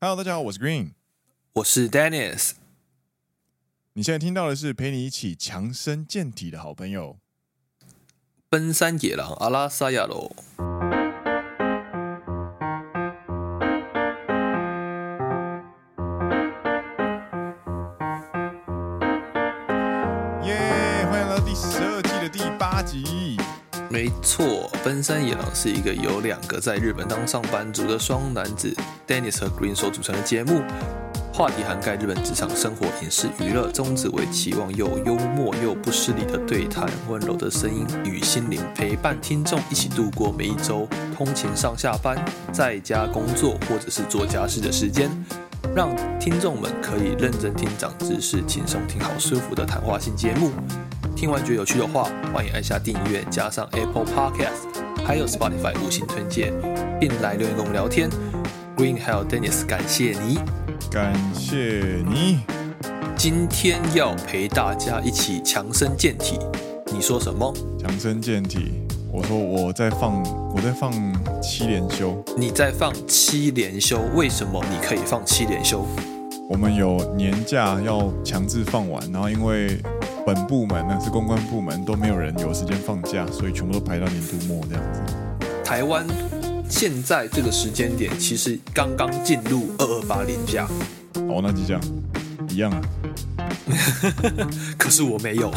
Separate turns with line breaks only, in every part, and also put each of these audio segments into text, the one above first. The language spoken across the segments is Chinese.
Hello，大家好，我是 Green。
我是 Dennis，
你现在听到的是陪你一起强身健体的好朋友。
奔山野狼阿拉萨亚罗。
耶、欢迎来到第十二季的第八集。
没错，奔山野狼是一个由两个在日本当上班族的双男子 Dennis 和 Green 所组成的节目，话题涵盖日本职场生活、影视、娱乐，宗旨为期望又幽默又不失礼的对谈，温柔的声音与心灵陪伴听众一起度过每一周通勤上下班、在家工作或者是做家事的时间。让听众们可以认真听长知识、轻松听好舒服的谈话性节目。听完觉得有趣的话，欢迎按下订阅，加上 Apple Podcast，还有 Spotify 五星推荐，并来留言跟我们聊天。Green 还有 Dennis，感谢你！
感谢你。
今天要陪大家一起强身健体，你说什么？
强身健体，我说我在放，我在放七连休。
你在放七连休，为什么你可以放七连休？
我们有年假要强制放完，然后因为本部门呢是公关部门都没有人有时间放假，所以全部都排到年度末这样子。
台湾现在这个时间点，其实刚刚进入二二八连假，
哦，那就这样，一样啊。
可是我没有。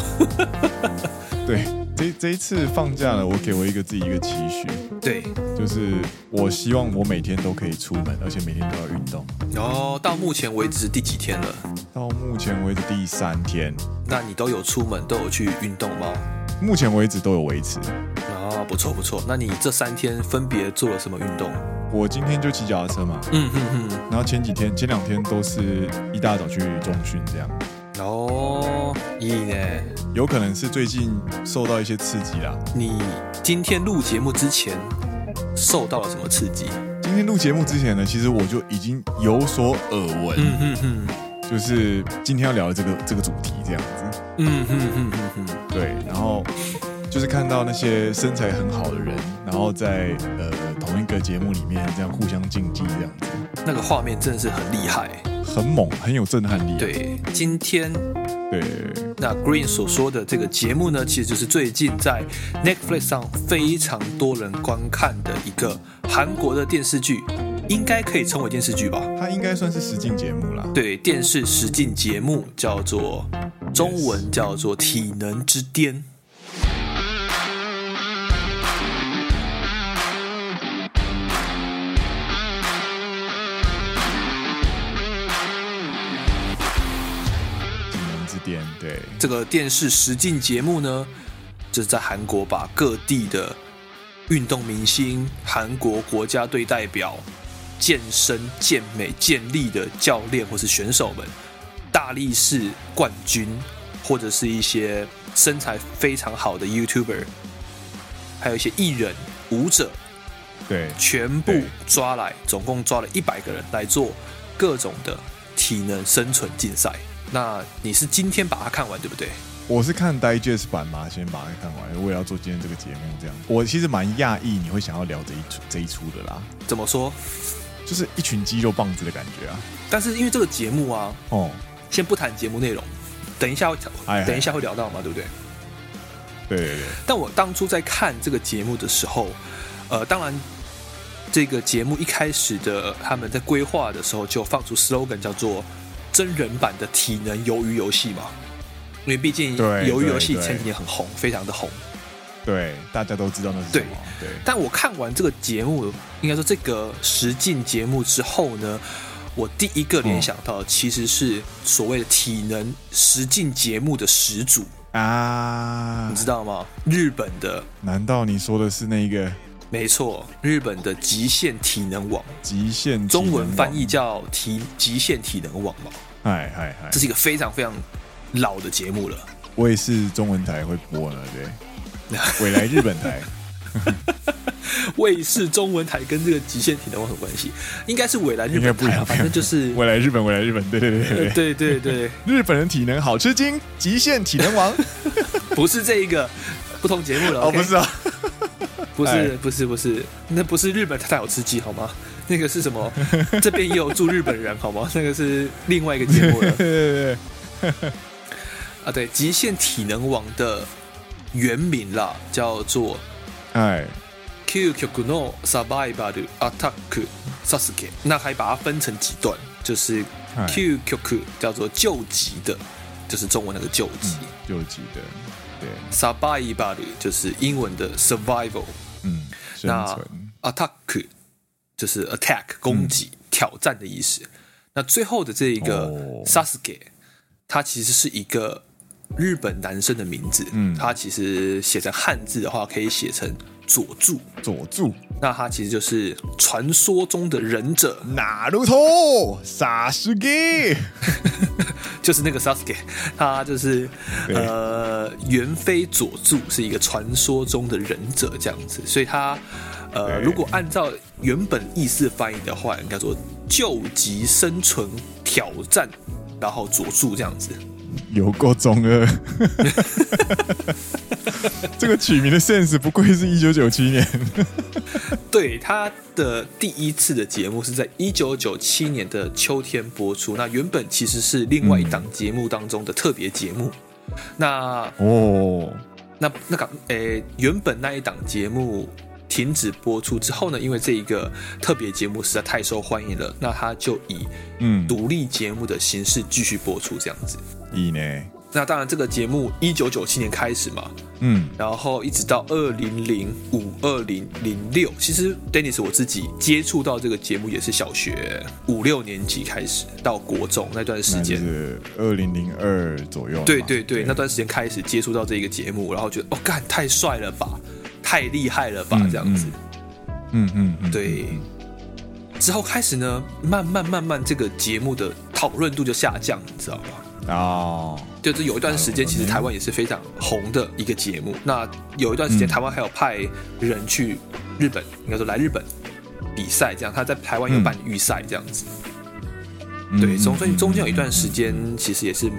对，这这一次放假了，我给我一个自己一个期许，
对，
就是我希望我每天都可以出门，而且每天都要运动。
然后哦到目前为止第几天了？
到目前为止第三天，
那你都有出门，都有去运动吗？
目前为止都有维持。
啊，不错不错。那你这三天分别做了什么运动？
我今天就骑脚踏车嘛，
嗯哼哼。
然后前几天前两天都是一大早去中训这样，
哦，咦呢？
有可能是最近受到一些刺激啦。
你今天录节目之前受到了什么刺激？
今天录节目之前呢，其实我就已经有所耳闻，
嗯哼哼，
就是今天要聊的这个这个主题这样子。
嗯哼哼哼哼。
对，然后就是看到那些身材很好的人，然后在呃同一个节目里面这样互相竞技，这样子
那个画面真的是很厉害。
很猛，很有震撼力。啊
对，今天
对
那 Green 所说的这个节目呢，其实就是最近在 Netflix 上非常多人观看的一个韩国的电视剧，应该可以称为电视剧吧？
它应该算是实境节目啦。
对，电视实境节目叫做中文叫做《体能之巅》。
体能之巅，对，
这个电视实境节目呢，就是在韩国把各地的运动明星、韩国国家队代表、健身、健美、健力的教练或是选手们，大力士冠军，或者是一些身材非常好的 YouTuber，还有一些艺人、舞者，
对，
全部
对
抓来，总共抓了一百个人来做各种的体能生存竞赛。那你是今天把它看完，对不对？
我是看 digest 版嘛，先把它看完，我也要做今天这个节目这样。我其实蛮讶异你会想要聊这一出这一出的啦，
怎么说？
就是一群肌肉棒子的感觉啊。
但是因为这个节目啊，
哦，
先不谈节目内容，等一下会
哎哎
等一下会聊到嘛，对不对？
对对对，
但我当初在看这个节目的时候，呃，当然这个节目一开始的他们在规划的时候就放出 slogan 叫做“真人版的体能鱿鱼游戏”嘛，因为毕竟
对
鱿鱼游戏
对对
前几年很红，非常的红。
对，大家都知道那是什么。对，
但我看完这个节目，应该说这个实境节目之后呢，我第一个联想到的其实是所谓的体能实境节目的始祖，
啊
你，知道吗？日本的，
难道你说的是那个
没错，日本的极限体能网，
极限哎技能
中文翻译
网，
叫体极限体能网嘛，
嗨嗨嗨
这，是一个非常非常老的节目了。
卫视中文台会播呢，对，未来日本台，
卫视中文台跟这个极限体能网有什么关系？应该是未来日
应该
本
不一
台啊，
样
反正就是。
未来日本，未来日本，对对对对
呃
对，
对对对，
日本人体能好吃惊，极限体能 王
不是这一个，不同节目了。
哦，
OK
不是啊，
不
哎
是不是不是，那不是日本太好吃鸡好吗？那个是什 么？这边也有住日本人，好吗？那个是另外一个节 目了
对对对，
啊。对，极限体能王的原名啦，叫做
哎，
究極のサバイバルアタックサスケ。那还把它分成几段，就是
哎
究極叫做救急的，就是中文那个救急。
有记得，对，
サバイバル就是英文的 survival，
嗯，生
那
存，
attack 就是 attack 攻击、
嗯
挑战的意思。那最后的这一个
哦
Sasuke，它其实是一个日本男生的名字，
嗯
它其实写成汉字的话可以写成佐助，
佐助，
那他其实就是传说中的忍者，
哪路头，傻师给，
就是那个 Sasuke，他 就是
对
呃猿飞佐助是一个传说中的忍者这样子，所以他呃
对
如果按照原本意思翻译的话，应该说救急生存挑战，然后佐助这样子。
有够中二。 这个取名的 sense 不愧是一九九七年，
对，他的第一次的节目是在一九九七年的秋天播出，那原本其实是另外一档节目当中的特别节目。那
哦，
那那个诶、原本那一档节目停止播出之后呢，因为这一个特别节目实在太受欢迎了，那它就以
嗯，
独立节目的形式继续播出这样子。
以呢，
那当然，这个节目一九九七年开始嘛，
嗯，
然后一直到二零零五、二零零六，其实 Dennis 我自己接触到这个节目也是小学五六年级开始到国中那段时
那就
间，
是二零零二左右嘛，
对对对，那段时间开始接触到这个节目，然后觉得哦，干太帅了吧，太厉害了吧，
嗯
这样子。
嗯嗯嗯，
对，之后开始呢，慢慢慢慢这个节目的讨论度就下降，你知道吗？
哦，
就是有一段时间，其实台湾也是非常红的一个节目。那有一段时
嗯
间，台湾还有派人去日本，应该说来日本比赛，这样他在台湾有办预赛这样子。
嗯
对，
嗯
中所以
嗯
中间有一段时间，其实也是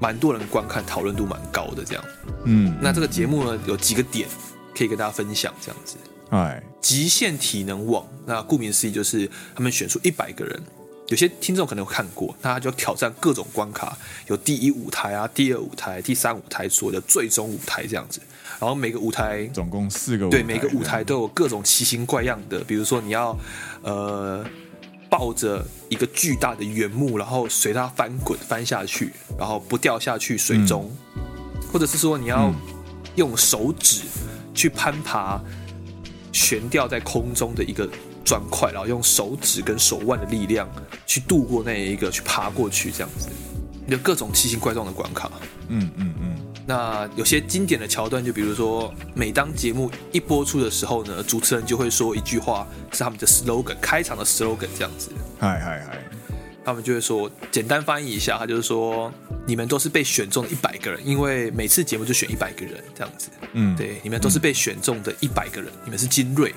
蛮多人观看，讨论度蛮高的这样。
嗯，
那这个节目呢，有几个点可以跟大家分享，这样子。
哎，
极限体能网，那顾名思义就是他们选出一百个人，有些听众可能有看过，那他就挑战各种关卡，有第一舞台啊、第二舞台、第三舞台，所有的最终舞台这样子。然后每个舞台，
总共四个舞台，
对每个舞台嗯都有各种奇形怪样的，比如说你要呃抱着一个巨大的原木，然后随它翻滚翻下去，然后不掉下去水中，或者是说你要
嗯
用手指去攀爬悬吊在空中的一个砖块，然后用手指跟手腕的力量去度过那一个，去爬过去这样子，有各种奇形怪状的关卡。
嗯，嗯嗯
那有些经典的桥段，就比如说，每当节目一播出的时候呢，主持人就会说一句话，是他们的 slogan，开场的 slogan 这样子。
嗯，嗨嗨嗨，
他们就会说，简单翻译一下，他就是说，你们都是被选中的一百个人，因为每次节目就选一百个人这样子。
嗯，
对，你们都是被选中的一百个人，你们是精锐，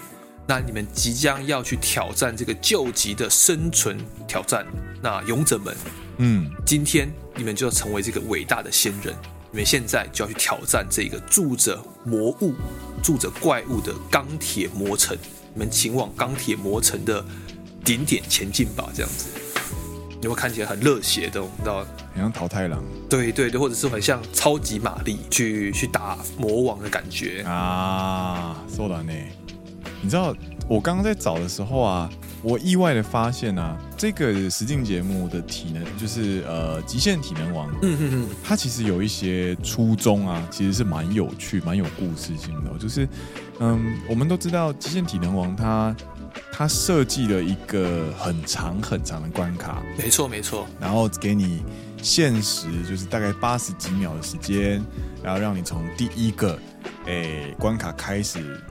那你们即将要去挑战这个救急的生存挑战。那勇者们，
嗯，
今天你们就要成为这个伟大的先人，你们现在就要去挑战这个住着魔物、住着怪物的钢铁魔城，你们请往钢铁魔城的顶点前进吧，这样子。有没有看起来很热血的？你知道，
很像桃太郎
对对对，或者是很像超级玛丽去去打魔王的感觉。
啊，そうだね。你知道我刚刚在找的时候啊，我意外的发现啊，这个实境节目的体能就是呃极限体能王，
嗯嗯嗯，
它其实有一些初衷啊，其实是蛮有趣、蛮有故事性的哦、就是，嗯，我们都知道《极限体能王》它，它设计了一个很长很长的关卡，
没错没错，
然后给你限时就是大概八十几秒的时间，然后让你从第一个诶关卡开始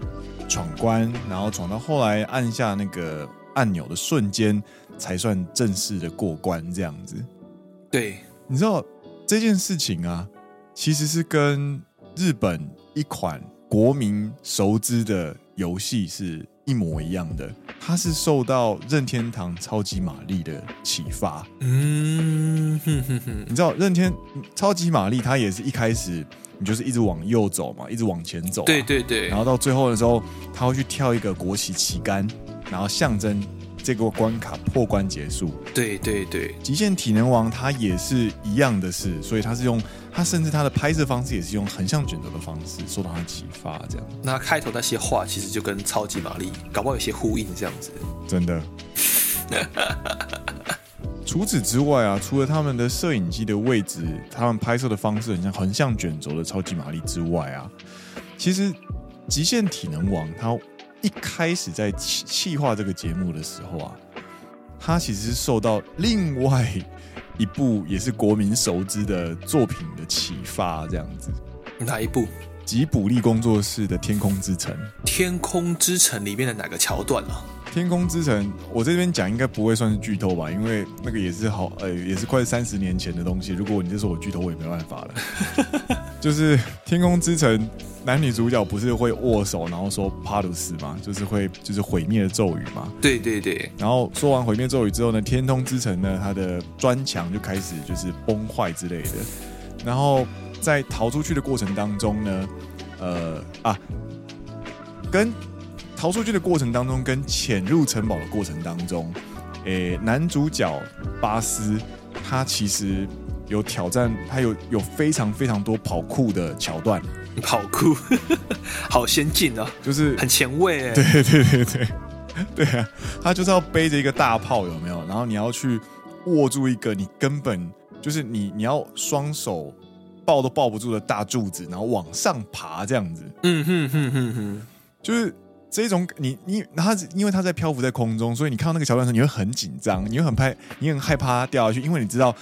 闯关，然后闯到后来按下那个按钮的瞬间，才算正式的过关这样子。
对，
你知道这件事情啊，其实是跟日本一款国民熟知的游戏是一模一样的，它是受到任天堂超级玛丽的启发。
嗯哼哼哼，
你知道任天超级玛丽，它也是一开始你就是一直往右走嘛，一直往前走、啊
对，对对
然，后到最后的时候，它会去跳一个国旗旗杆，然后象征这个关卡破关结束。
对对对，
极限体能王它也是一样的事，所以它是用它甚至它的拍摄方式也是用横向卷轴的方式受到它的启发，这样
那开头那些话其实就跟超级玛丽搞不好有些呼应这样子。
真的。除此之外啊，除了他们的摄影机的位置，他们拍摄的方式很像横向卷轴的超级玛丽之外啊，其实极限体能王他一开始在企企划这个节目的时候啊，他其实是受到另外一部也是国民熟知的作品的启发，这样子。
哪一部《
吉卜力工作室的《天空之城》。
天空之城》里面的哪个桥段啊？
《天空之城》，我这边讲应该不会算是剧透吧，因为那个也是好，呃，也是快三十年前的东西。如果你这说我剧透，我也没办法了。 就是《天空之城》，男女主角不是会握手，然后说帕鲁斯嘛，就是会就是毁灭的咒语嘛。
对对对，
然后说完毁灭咒语之后呢，天空之城呢，它的砖墙就开始就是崩坏之类的。然后在逃出去的过程当中呢，呃啊，跟逃出去的过程当中，跟潜入城堡的过程当中，诶，男主角巴斯他其实有挑战，他有有非常非常多跑酷的桥段，
跑酷，好先进啊，
就是
很前卫哎。
对对对对， 对啊，他就是要背着一个大炮，有没有？然后你要去握住一个你根本就是你你要双手抱都抱不住的大柱子，然后往上爬这样子，
嗯哼哼哼哼，
就是这种你你他因为他在漂浮在空中，所以你看到那个桥段的时候，你会很紧张，你会很怕，你很害怕它掉下去，因为你知道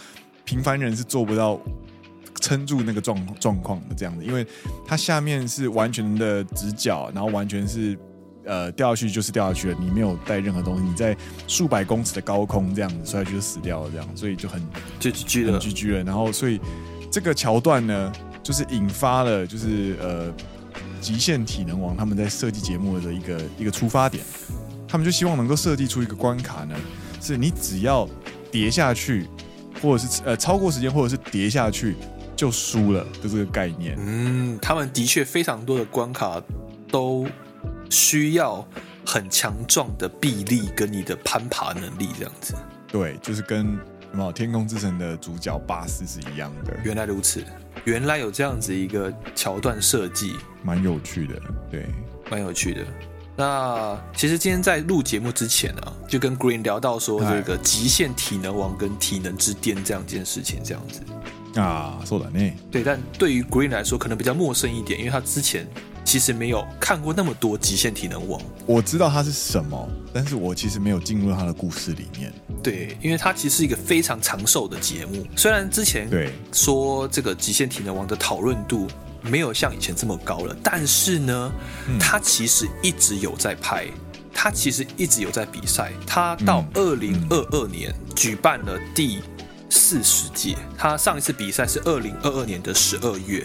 平凡人是做不到。撑住那个状状况的这样子，因为它下面是完全的直角，然后完全是呃掉下去就是掉下去了，你没有带任何东西，你在数百公尺的高空这样子摔下去就死掉了，这样，所以就很
就 GG
很
了。
居居了。然后，所以这个桥段呢，就是引发了就是呃极限体能王他们在设计节目的一个一个出发点，他们就希望能够设计出一个关卡呢，是你只要跌下去，或者是呃超过时间，或者是跌下去就输了的这个概念。
嗯，他们的确非常多的关卡都需要很强壮的臂力跟你的攀爬能力这样子。
对，就是跟。什么《天空之城》的主角巴斯是一样的，
原来如此，原来有这样子一个桥段设计，
蛮有趣的。对，
蛮有趣的。那其实今天在录节目之前啊，就跟 Green 聊到说
哎
这个极限体能王跟体能之巅这样一件事情，这样子。
啊，そうだね。
对，但对于 Green 来说可能比较陌生一点，因为他之前其实没有看过那么多极限体能王。
我知道它是什么，但是我其实没有进入它的故事里面。
对，因为它其实是一个非常长寿的节目，虽然之前
对，
说这个极限体能王的讨论度没有像以前这么高了，但是呢，
嗯
他其实一直有在拍，他其实一直有在比赛，他
嗯
到二零二二年举办了第四十届，他上一次比赛是二零二二年的十二月。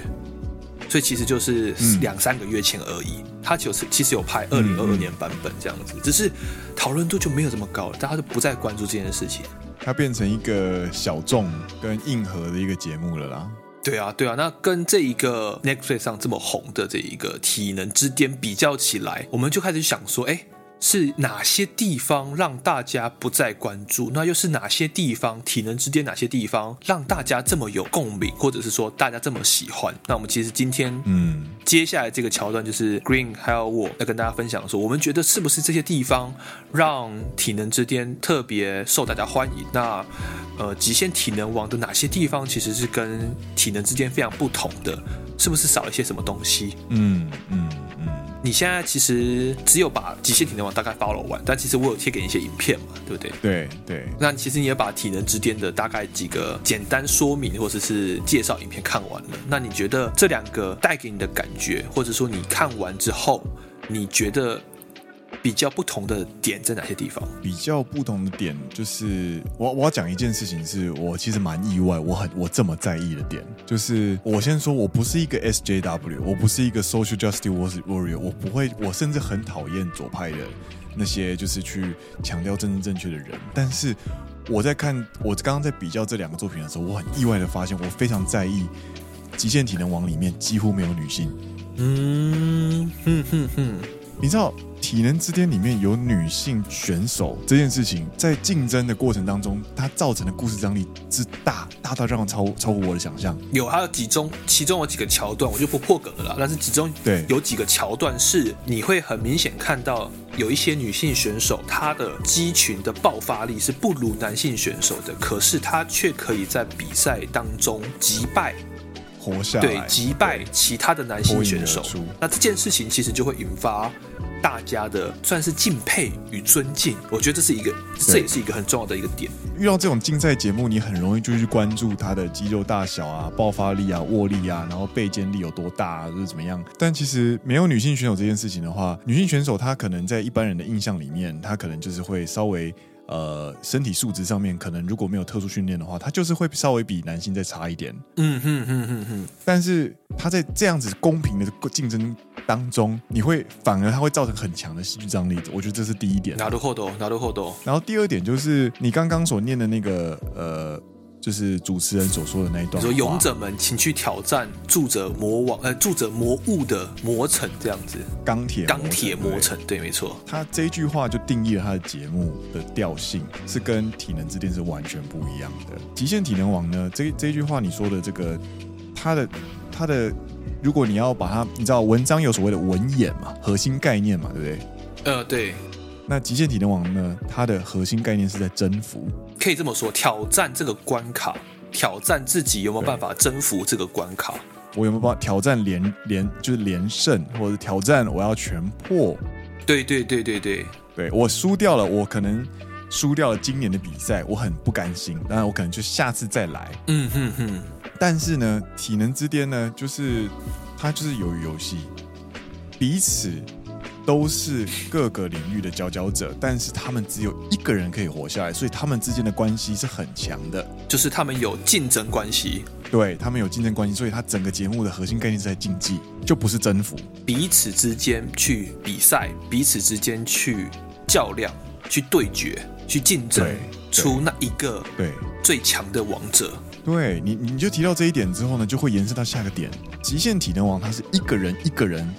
所以其实就是
嗯
两三个月前而已，他就是其实有拍二零二二年版本这样子，只是讨论度就没有这么高了，大家就不再关注这件事情。
它变成一个小众跟硬核的一个节目了啦。
对啊，对啊，那跟这一个 Netflix 上这么红的这一个体能之巅比较起来，我们就开始想说，哎，是哪些地方让大家不再关注？那又是哪些地方体能之巅哪些地方让大家这么有共鸣，或者是说大家这么喜欢？那我们其实今天
嗯，
接下来这个桥段就是 Green 还有我要跟大家分享说，我们觉得是不是这些地方让体能之巅特别受大家欢迎？那呃，极限体能王的哪些地方其实是跟体能之巅非常不同的？是不是少了一些什么东西？
嗯嗯嗯，
你现在其实只有把极限体能王大概 follow 完，但其实我有贴给你一些影片嘛，对不对？
对对，
那其实你也把体能之巅的大概几个简单说明或者是介绍影片看完了，那你觉得这两个带给你的感觉，或者说你看完之后，你觉得比较不同的点在哪些地方？
比较不同的点就是，我我要讲一件事情是，我其实蛮意外，我很我这么在意的点，就是我先说，我不是一个 SJW，我不是一个 Social Justice Warrior，我不会，我甚至很讨厌左派的那些就是去强调政治正确的人，但是我在看我刚刚在比较这两个作品的时候，我很意外的发现，我非常在意《极限体能王》里面几乎没有女性。
嗯，哼哼哼，
你知道《体能之巅里面有女性选手这件事情，在竞争的过程当中，它造成的故事张力之大，大到让我超超乎我的想象。
有还有几中，其中有几个桥段我就不破梗了啦。但是其中
对
有几个桥段是你会很明显看到有一些女性选手，她的肌群的爆发力是不如男性选手的，可是她却可以在比赛当中击败
活下
对
来，
击败其他的男性选手
脱颖而出。
那这件事情其实就会引发大家的算是敬佩与尊敬，我觉得这是一个，这也是一个很重要的一个点。
遇到这种竞赛节目，你很容易就去关注他的肌肉大小啊、爆发力啊、握力啊，然后背肩力有多大、啊，就是怎么样。但其实没有女性选手这件事情的话，女性选手她可能在一般人的印象里面，她可能就是会稍微。呃，身体素质上面可能如果没有特殊训练的话，她就是会稍微比男性再差一点。
嗯哼哼哼哼，
但是她在这样子公平的竞争当中，你会反而她会造成很强的戏剧张力。我觉得这是第一点。
拿到后头，哦拿到后头。
然后第二点就是你刚刚所念的那个呃，就是主持人所说的那一
你
段话，
说勇者们，请去挑战住着魔王，呃，住着魔物的魔城这样子，
钢铁
钢铁魔
城，
城，对，没错，
他这一句话就定义了他的节目的调性，是跟体能之巅是完全不一样的。极限体能王呢，这这一句话你说的这个，他的他的，如果你要把它，你知道文章有所谓的文眼嘛，核心概念嘛，对不对？
呃，对，
那极限体能王呢，它的核心概念是在征服，
可以这么说，挑战这个关卡，挑战自己有没有办法征服这个关卡，
我有没有办法挑战连连就是连胜，或者挑战我要全破，
对对对对对，
对我输掉了，我可能输掉了今年的比赛，我很不甘心，当然我可能就下次再来。
嗯哼哼，
但是呢，体能之巅呢，就是它就是由于游戏，彼此都是各个领域的佼佼者，但是他们只有一个人可以活下来，所以他们之间的关系是很强的。
就是他们有竞争关系，
对他们有竞争关系，所以它整个节目的核心概念是在竞技，就不是征服。
彼此之间去比赛，彼此之间去较量，去对决，去竞争
对，对
出那一个
对，
最强的王者。
对你，你就提到这一点之后呢，就会延伸到下个点。极限体能王它是一个人一个人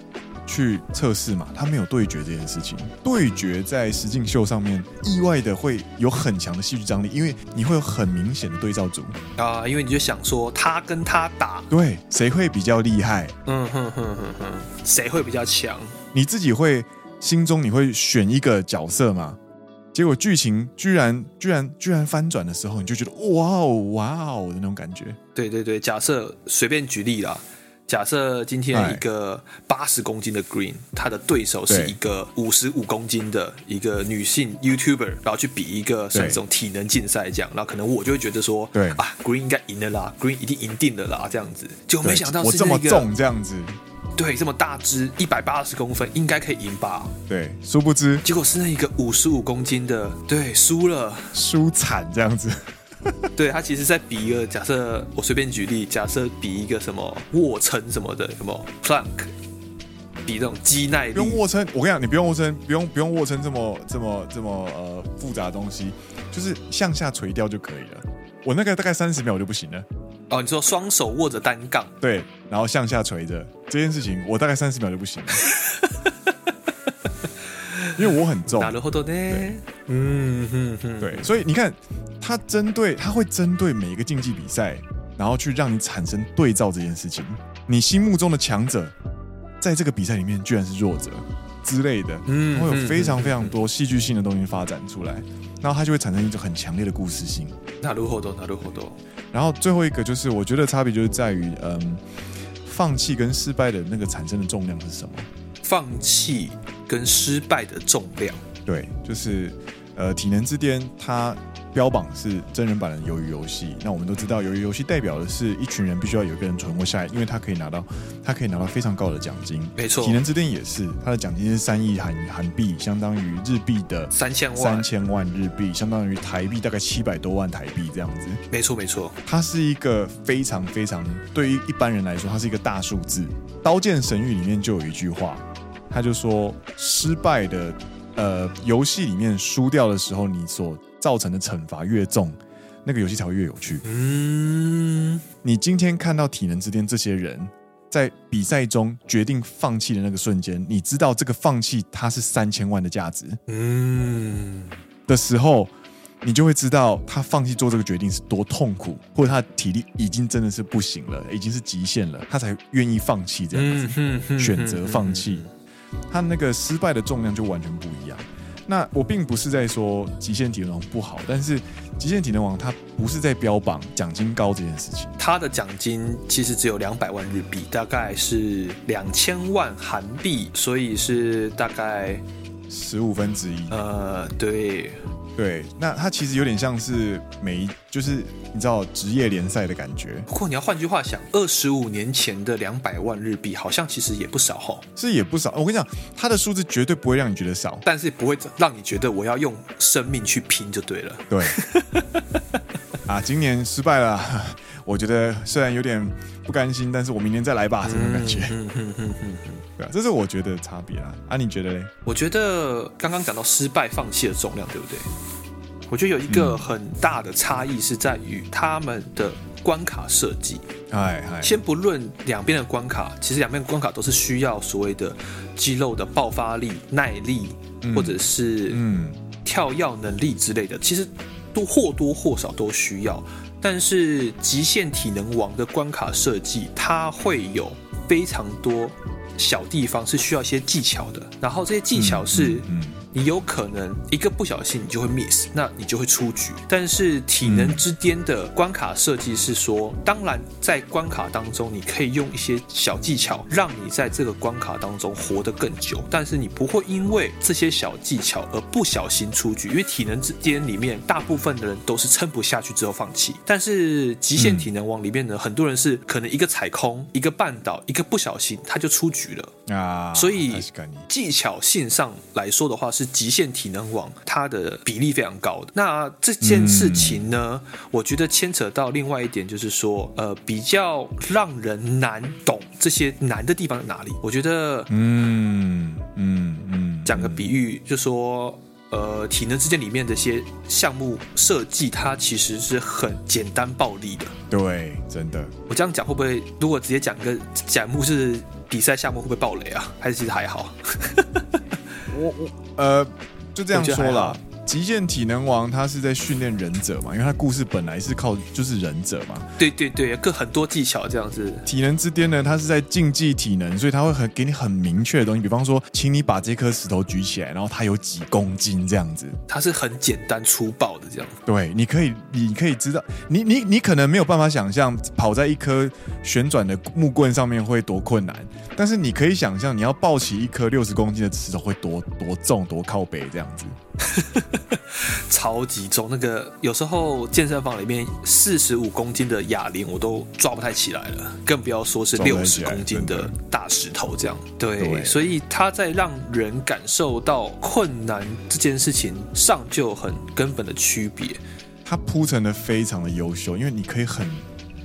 去测试嘛，他没有对决这件事情。对决在实境秀上面意外的会有很强的戏剧张力，因为你会有很明显的对照组，
啊，因为你就想说他跟他打，
对谁会比较厉害，
嗯哼哼哼哼，谁会比较强？
你自己会心中你会选一个角色嘛？结果剧情居然居然居然翻转的时候，你就觉得哇哦哇哦的那种感觉。
对对对，假设随便举例啦，假设今天
哎
一个八十公斤的 Green，他的对手是
对
一个五十五公斤的一个女性 YouTuber，然后去比一个算这种体能竞赛这样，然后可能我就会觉得说，
对
啊，Green 应该赢了啦，Green 一定赢定了啦，这样子，结果没想到
对我
是
这么
那个
重这样子，
对这么大只一百八十公分应该可以赢吧，
对，殊不知
结果是那一个五十五公斤的，对，输了。
舒惨这样 子。
对他其实在比一个假设，我随便举例，假设比一个什么卧撑什么的，什么 plank，比这种肌耐
不用
力。
卧撑，我跟你讲，你不用卧撑，不用不用卧撑这么这么这么呃复杂的东西，就是向下垂钓就可以了。我那个大概三十秒我就不行了，
哦，你说双手握着单杠，
对，然后向下垂着这件事情，我大概三十秒就不 行了，因为我很重
な，るほどね。嗯哼哼，
对，所以你看，他针对他会针对每一个竞技比赛，然后去让你产生对照这件事情，你心目中的强者，在这个比赛里面居然是弱者之类的，
嗯
它会有非常非常多戏剧性的东西发展出来，然后它就会产生一种很强烈的故事性。
なるほど，なるほど。
然后最后一个就是，我觉得差别就是在于，嗯，放弃跟失败的那个产生的重量是什么？
放弃跟失败的重量，
对，就是呃，体能之巅它标榜是真人版的鱿鱼游戏。那我们都知道，鱿鱼游戏代表的是一群人必须要有一个人存活下来，因为他可以拿到他可以拿到非常高的奖金。
没错
体，能之巅也是，它的奖金是三亿韩韩币，相当于日币的
三千万
三，千万日币，相当于台币大概七百多万台币这样子。
没错没错。
它是一个非常非常对于一般人来说，它是一个大数字。《刀剑神域》里面就有一句话，他就说失败的呃游戏里面输掉的时候，你所造成的惩罚越重，那个游戏才会越有趣。
嗯，
你今天看到体能之巅这些人，在比赛中决定放弃的那个瞬间，你知道这个放弃它是三千万的价值
嗯，
的时候，你就会知道他放弃做这个决定是多痛苦，或者他的体力已经真的是不行了，已经是极限了，他才愿意放弃这样子。
嗯哼
选择放弃，
嗯
他那个失败的重量就完全不一样。那我并不是在说极限体能王不好，但是极限体能王它不是在标榜奖金高这件事情。
他的奖金其实只有两百万日币，大概是两千万韩币，所以是大概
十五分之一，
呃，对，
对，那它其实有点像是每一，就是你知道职业联赛的感觉，
不过你要换句话想，二十五年前的两百万日币好像其实也不少哈，
是也不少。我跟你讲，它的数字绝对不会让你觉得少，
但是不会让你觉得我要用生命去拼就对了。
对。 啊，今年失败了， 我觉得虽然有点不甘心，但是我明年再来吧，这种感觉。
嗯嗯嗯嗯，
对啊，这是我觉得差别啊。啊，你觉得嘞？
我觉得刚刚讲到失败放弃的重量，对不对？我觉得有一个很大的差异是在于他们的关卡设计。
哎哎，
先不论两边的关卡，其实两边的关卡都是需要所谓的肌肉的爆发力、耐力，
嗯
或者是
嗯，
跳跃能力之类的，其实都或多或少都需要。但是极限体能王的关卡设计，它会有非常多小地方是需要一些技巧的，然后这些技巧是、
嗯，
你有可能一个不小心你就会 miss，那你就会出局。但是体能之巅的关卡设计是说，当然在关卡当中，你可以用一些小技巧，让你在这个关卡当中活得更久。但是你不会因为这些小技巧而不小心出局，因为体能之巅里面大部分的人都是撑不下去之后放弃。但是极限体能王里面呢，很多人是可能一个踩空、一个绊倒、一个不小心他就出局了。
嗯啊，
所以
確かに
技巧性上来说的话，是极限体能网它的比例非常高的。那这件事情呢，我觉得牵扯到另外一点，就是说，呃，比较让人难懂这些难的地方在哪里？我觉得
嗯嗯嗯，
讲个比喻，就说。呃，体能之间里面的一些项目设计，它其实是很简单暴力的。
对，真的
我这样讲会不会，如果直接讲一个讲目是比赛项目，会不会爆雷啊？还是其实还好？
呃，就这样说
我觉得还
啦
好。
极限体能王他是在训练忍者嘛，因为他故事本来是靠就是忍者嘛。
对对对，各很多技巧这样子。
体能之巅呢，他是在竞技体能，所以他会很给你很明确的东西，比方说，请你把这颗石头举起来，然后它有几公斤这样子。
它是很简单粗暴的这样。
对，你可以，你可以知道，你你你可能没有办法想象跑在一颗旋转的木棍上面会多困难，但是你可以想象你要抱起一颗六十公斤的石头会多多重、多靠背这样子。
超级重。那个有时候健身房里面四十五公斤的哑铃我都抓不太起来了，更不要说是
抓不
六
太
十
起来
公斤的大石头这样。对，
对
所以它在让人感受到困难这件事情上就有很根本的区别。
它铺陈的非常的优秀，因为你可以很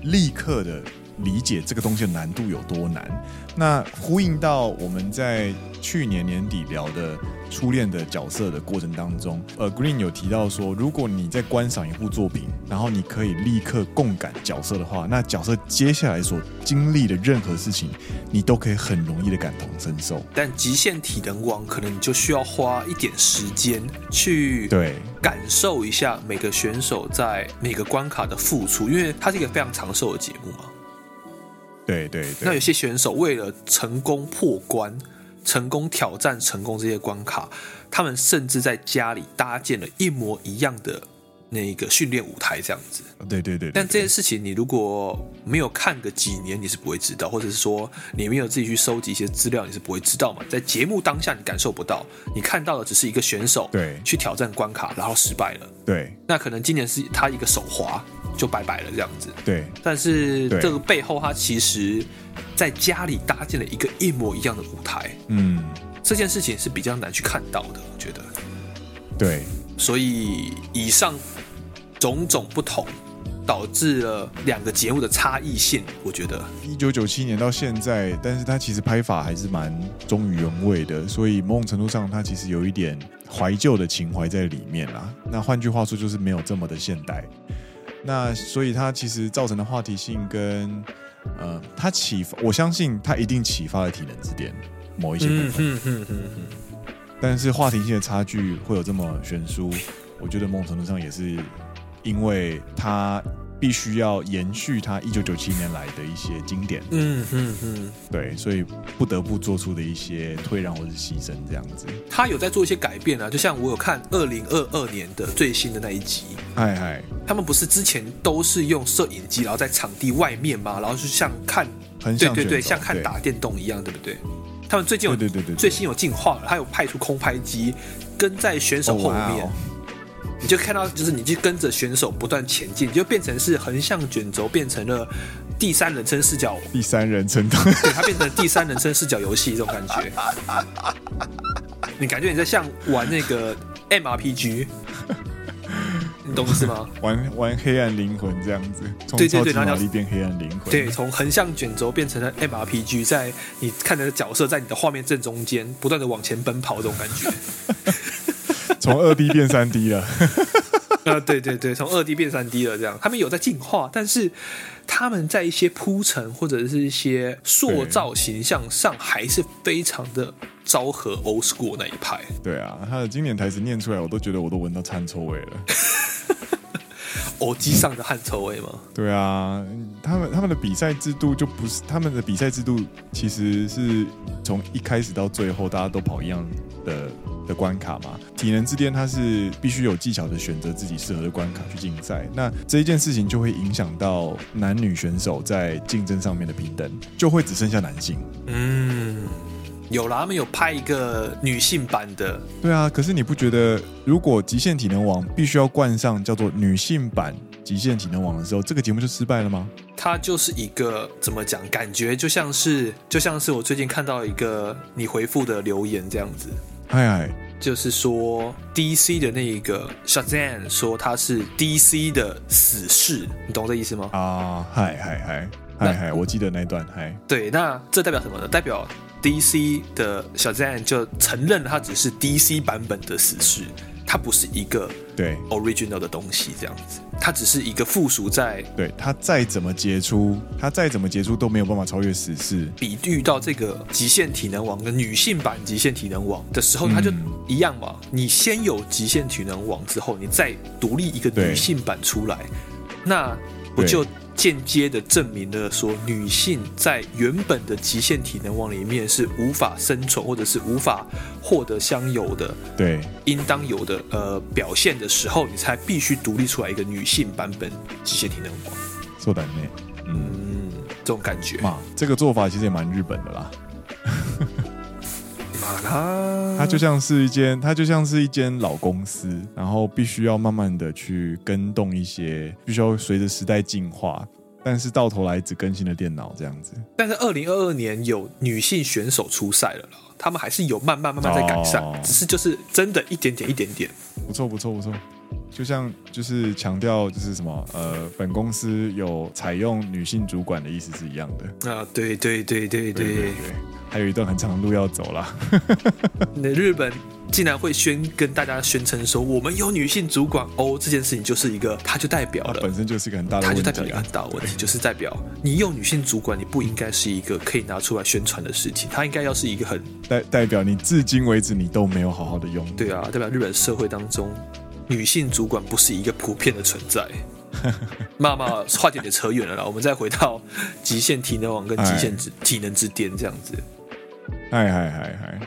立刻的理解这个东西的难度有多难。那呼应到我们在去年年底聊的初恋的角色的过程当中，呃，Green 有提到说，如果你在观赏一部作品，然后你可以立刻共感角色的话，那角色接下来所经历的任何事情，你都可以很容易的感同身受。
但极限体能王可能你就需要花一点时间去
对，
感受一下每个选手在每个关卡的付出，因为它是一个非常长寿的节目嘛。
对对
那有
对，
些选手为了成功破关、成功挑战、成功这些关卡，他们甚至在家里搭建了一模一样的那个训练舞台，这样子。
对对对对。
但这件事情，你如果没有看个几年，你是不会知道，或者是说你没有自己去收集一些资料，你是不会知道嘛。在节目当下，你感受不到，你看到的只是一个选手
对
去挑战关卡，然后失败了。
对
那可能今年是他一个手滑就拜拜了，这样子。
对
但是
对
这个背后，他其实在家里搭建了一个一模一样的舞台，
嗯，
这件事情是比较难去看到的，我觉得。
对
所以以上种种不同，导致了两个节目的差异性，我觉得。
一九九七年到现在，但是它其实拍法还是蛮忠于原味的，所以某种程度上，它其实有一点怀旧的情怀在里面啦。那换句话说，就是没有这么的现代。那所以它其实造成的话题性跟呃，它启发，我相信它一定启发了体能之巅某一些部分
嗯，嗯嗯嗯嗯，
但是话题性的差距会有这么悬殊，我觉得某种程度上也是因为它必须要延续它一九九七年来的一些经典，
嗯嗯嗯，
对，所以不得不做出的一些退让或是牺牲这样子。
他有在做一些改变啊，就像我有看二零二二年的最新的那一集，
嗨嗨，
他们不是之前都是用摄影机，然后在场地外面吗？然后就像看，
很
对
想
对
选
对，
手
像看
对哦
打电动一样，对不对？他们最近有
对对对对对
最新有进化了，他有派出空拍机跟在选手
哦
后
哇哦
面，你就看到就是你就跟着选手不断前进，你就变成是横向卷轴，变成了第三人称视角，
第三人称的，
对，它变成第三人称视角游戏这种感觉。 你感觉你在像玩那个 MRPG，你懂我意思吗？
玩玩黑暗灵魂这样子，从
对对
超
对
级
然后
玛丽变黑暗灵魂，
对，从横向卷轴变成了 MRPG，在你看的角色在你的画面正中间不断的往前奔跑，这种感觉。
从二 D 变三 D 了。
呃，对对对，从二 D 变三 D 了，这样他们有在进化，但是他们在一些铺陈或者是一些塑造形象上还是非常的昭和 old school 那一派。
对啊，他的经典台词念出来，我都觉得我都闻到汗臭味了。
偶机上的汗臭味吗？
对啊，他们他们的比赛制度就不是他们的比赛制度，其实是从一开始到最后，大家都跑一样的的关卡嘛。体能之巅它是必须有技巧的选择自己适合的关卡去竞赛，那这一件事情就会影响到男女选手在竞争上面的平等，就会只剩下男性。
嗯，有啦，他们有拍一个女性版的，
对啊，可是你不觉得，如果极限体能王必须要冠上叫做女性版极限体能王的时候，这个节目就失败了吗？
它就是一个怎么讲，感觉就像是就像是我最近看到一个你回复的留言这样子，
哎哎，
就是说 DC 的那一个 Shazam 说他是 DC 的死士，你懂这意思吗？
啊，嗨嗨嗨嗨嗨，我记得那一段嗨，
对，那这代表什么呢？代表 DC 的小 Zan 就承认了他只是 DC 版本的死士，它不是一个
对
original 的东西，这样子，它只是一个附属在
对，他再怎么杰出，他再怎么杰出都没有办法超越史事。
比喻到这个极限体能王的女性版极限体能王的时
嗯
候，它就一样嘛。你先有极限体能王之后，你再独立一个女
对
性版出来，那不
对
就间接的证明了说，女性在原本的极限体能王里面是无法生存，或者是无法获得相有的。
对
应当有的呃表现的时候，你才必须独立出来一个女性版本极限体能王，
受胆内，嗯，
嗯，这种感觉。
嘛，这个做法其实也蛮日本的啦。
马拉，
它就像是一间，它就像是一间老公司，然后必须要慢慢的去跟动一些，必须要随着时代进化，但是到头来只更新了电脑这样子。
但是二零二二年有女性选手出赛了啦，他们还是有慢慢慢慢在改善，
哦
只是就是真的一点点一点点。
不错不错不错，就像就是强调就是什么呃，本公司有采用女性主管的意思是一样的。
啊，对对对
对
对
对
对，
对，还有一段很长的路要走啦。
那日本竟然会宣跟大家宣称说我们有女性主管哦，这件事情就是一个，它就代表
它
了
本。身就是一个很大的
它
问
就
题、
代
啊，
表一个很大的问题，就是代表你有女性主管，你不应该是一个可以拿出来宣传的事情，它应该要是一个很
代代表你至今为止你都没有好好的用。
对啊，代表日本社会当中，女性主管不是一个普遍的存 在。妈妈，话题有点扯远了啦，我们再回到极限体能网跟极限之体能之巅这样子。
嗨嗨嗨嗨，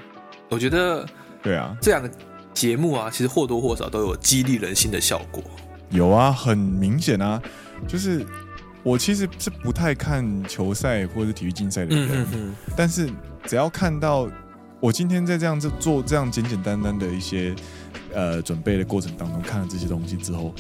我觉得
对啊，
这两个节目啊，其实或多或少都有激励人心的效果。
有啊，很明显啊，就是我其实是不太看球赛或者体育竞赛的人，
嗯嗯嗯，
但是只要看到我今天在这样子做这样简简单单的一些呃准备的过程当中，看了这些东西之后，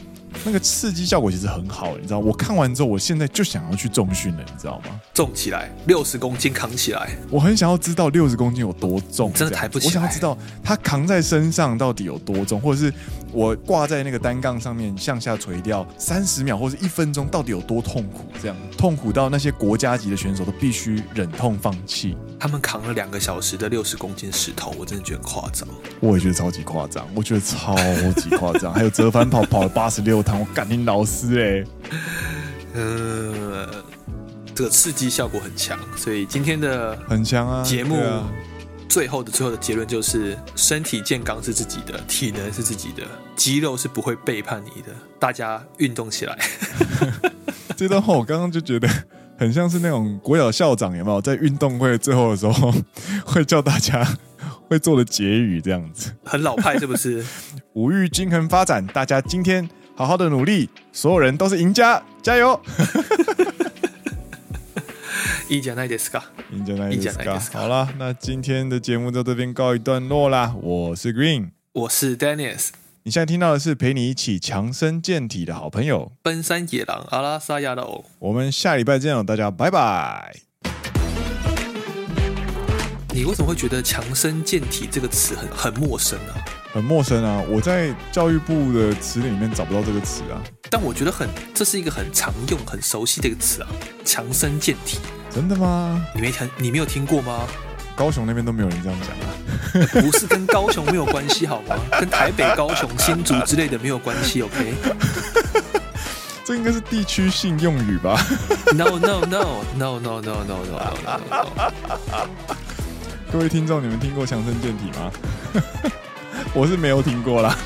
那个刺激效果其实很好，你知道？我看完之后，我现在就想要去重训了，你知道吗？
重起来，六十公斤扛起来，
我很想要知道六十公斤有多重，
真
这
的
样
抬不
子
起
我想要
来
知道它扛在身上到底有多重，或者是我挂在那个单杠上面向下垂钓三十秒或者一分钟到底有多痛苦，这样痛苦到那些国家级的选手都必须忍痛放弃。
他们扛了两个小时的六十公斤石头，我真的觉得很夸张。
我也觉得超级夸张，我觉得超级夸张。还有折返欸跑跑了八十六趟，我干你老师哎、
呃，这个刺激效果很强，所以今天的
很强啊，
节目
对啊
最后的最后的结论就是：身体健康是自己的，体能是自己的，肌肉是不会背叛你的。大家运动起来，
这段话我刚刚就觉得很像是那种国小校长有没有在运动会最后的时候会叫大家会做的结语这样子。
很老派是 不是？
五育均衡发展，大家今天好好的努力，所有人都是赢家，加油！
いいじゃないですか。
赢家那
いい
一
じゃ
次
ないですか
好啦，那今天的节目到这边告一段落啦。我是 Green，
我是 Dennis，
你现在听到的是陪你一起强身健体的好朋友。
奔山野狼阿拉萨亚的偶。
我们下礼拜见哦了，大家拜拜。
你为什么会觉得“强身健体”这个词很很陌生呢、
很陌生啊，我在教育部的词典里面找不到这个词啊，
但我觉得很，这是一个很常用、很熟悉的一个词啊，“强身健体
真的吗？”，
你没听，你没有听过吗？
高雄那边都没有人这样讲啊。
不是跟高雄没有关系好吗？跟台北、高雄、新竹之类的没有关系，OK？
这应该是地区性用语吧？
No no no no no no no no no no, no！
各位听众，你们听过强身健体吗？我是没有听过啦。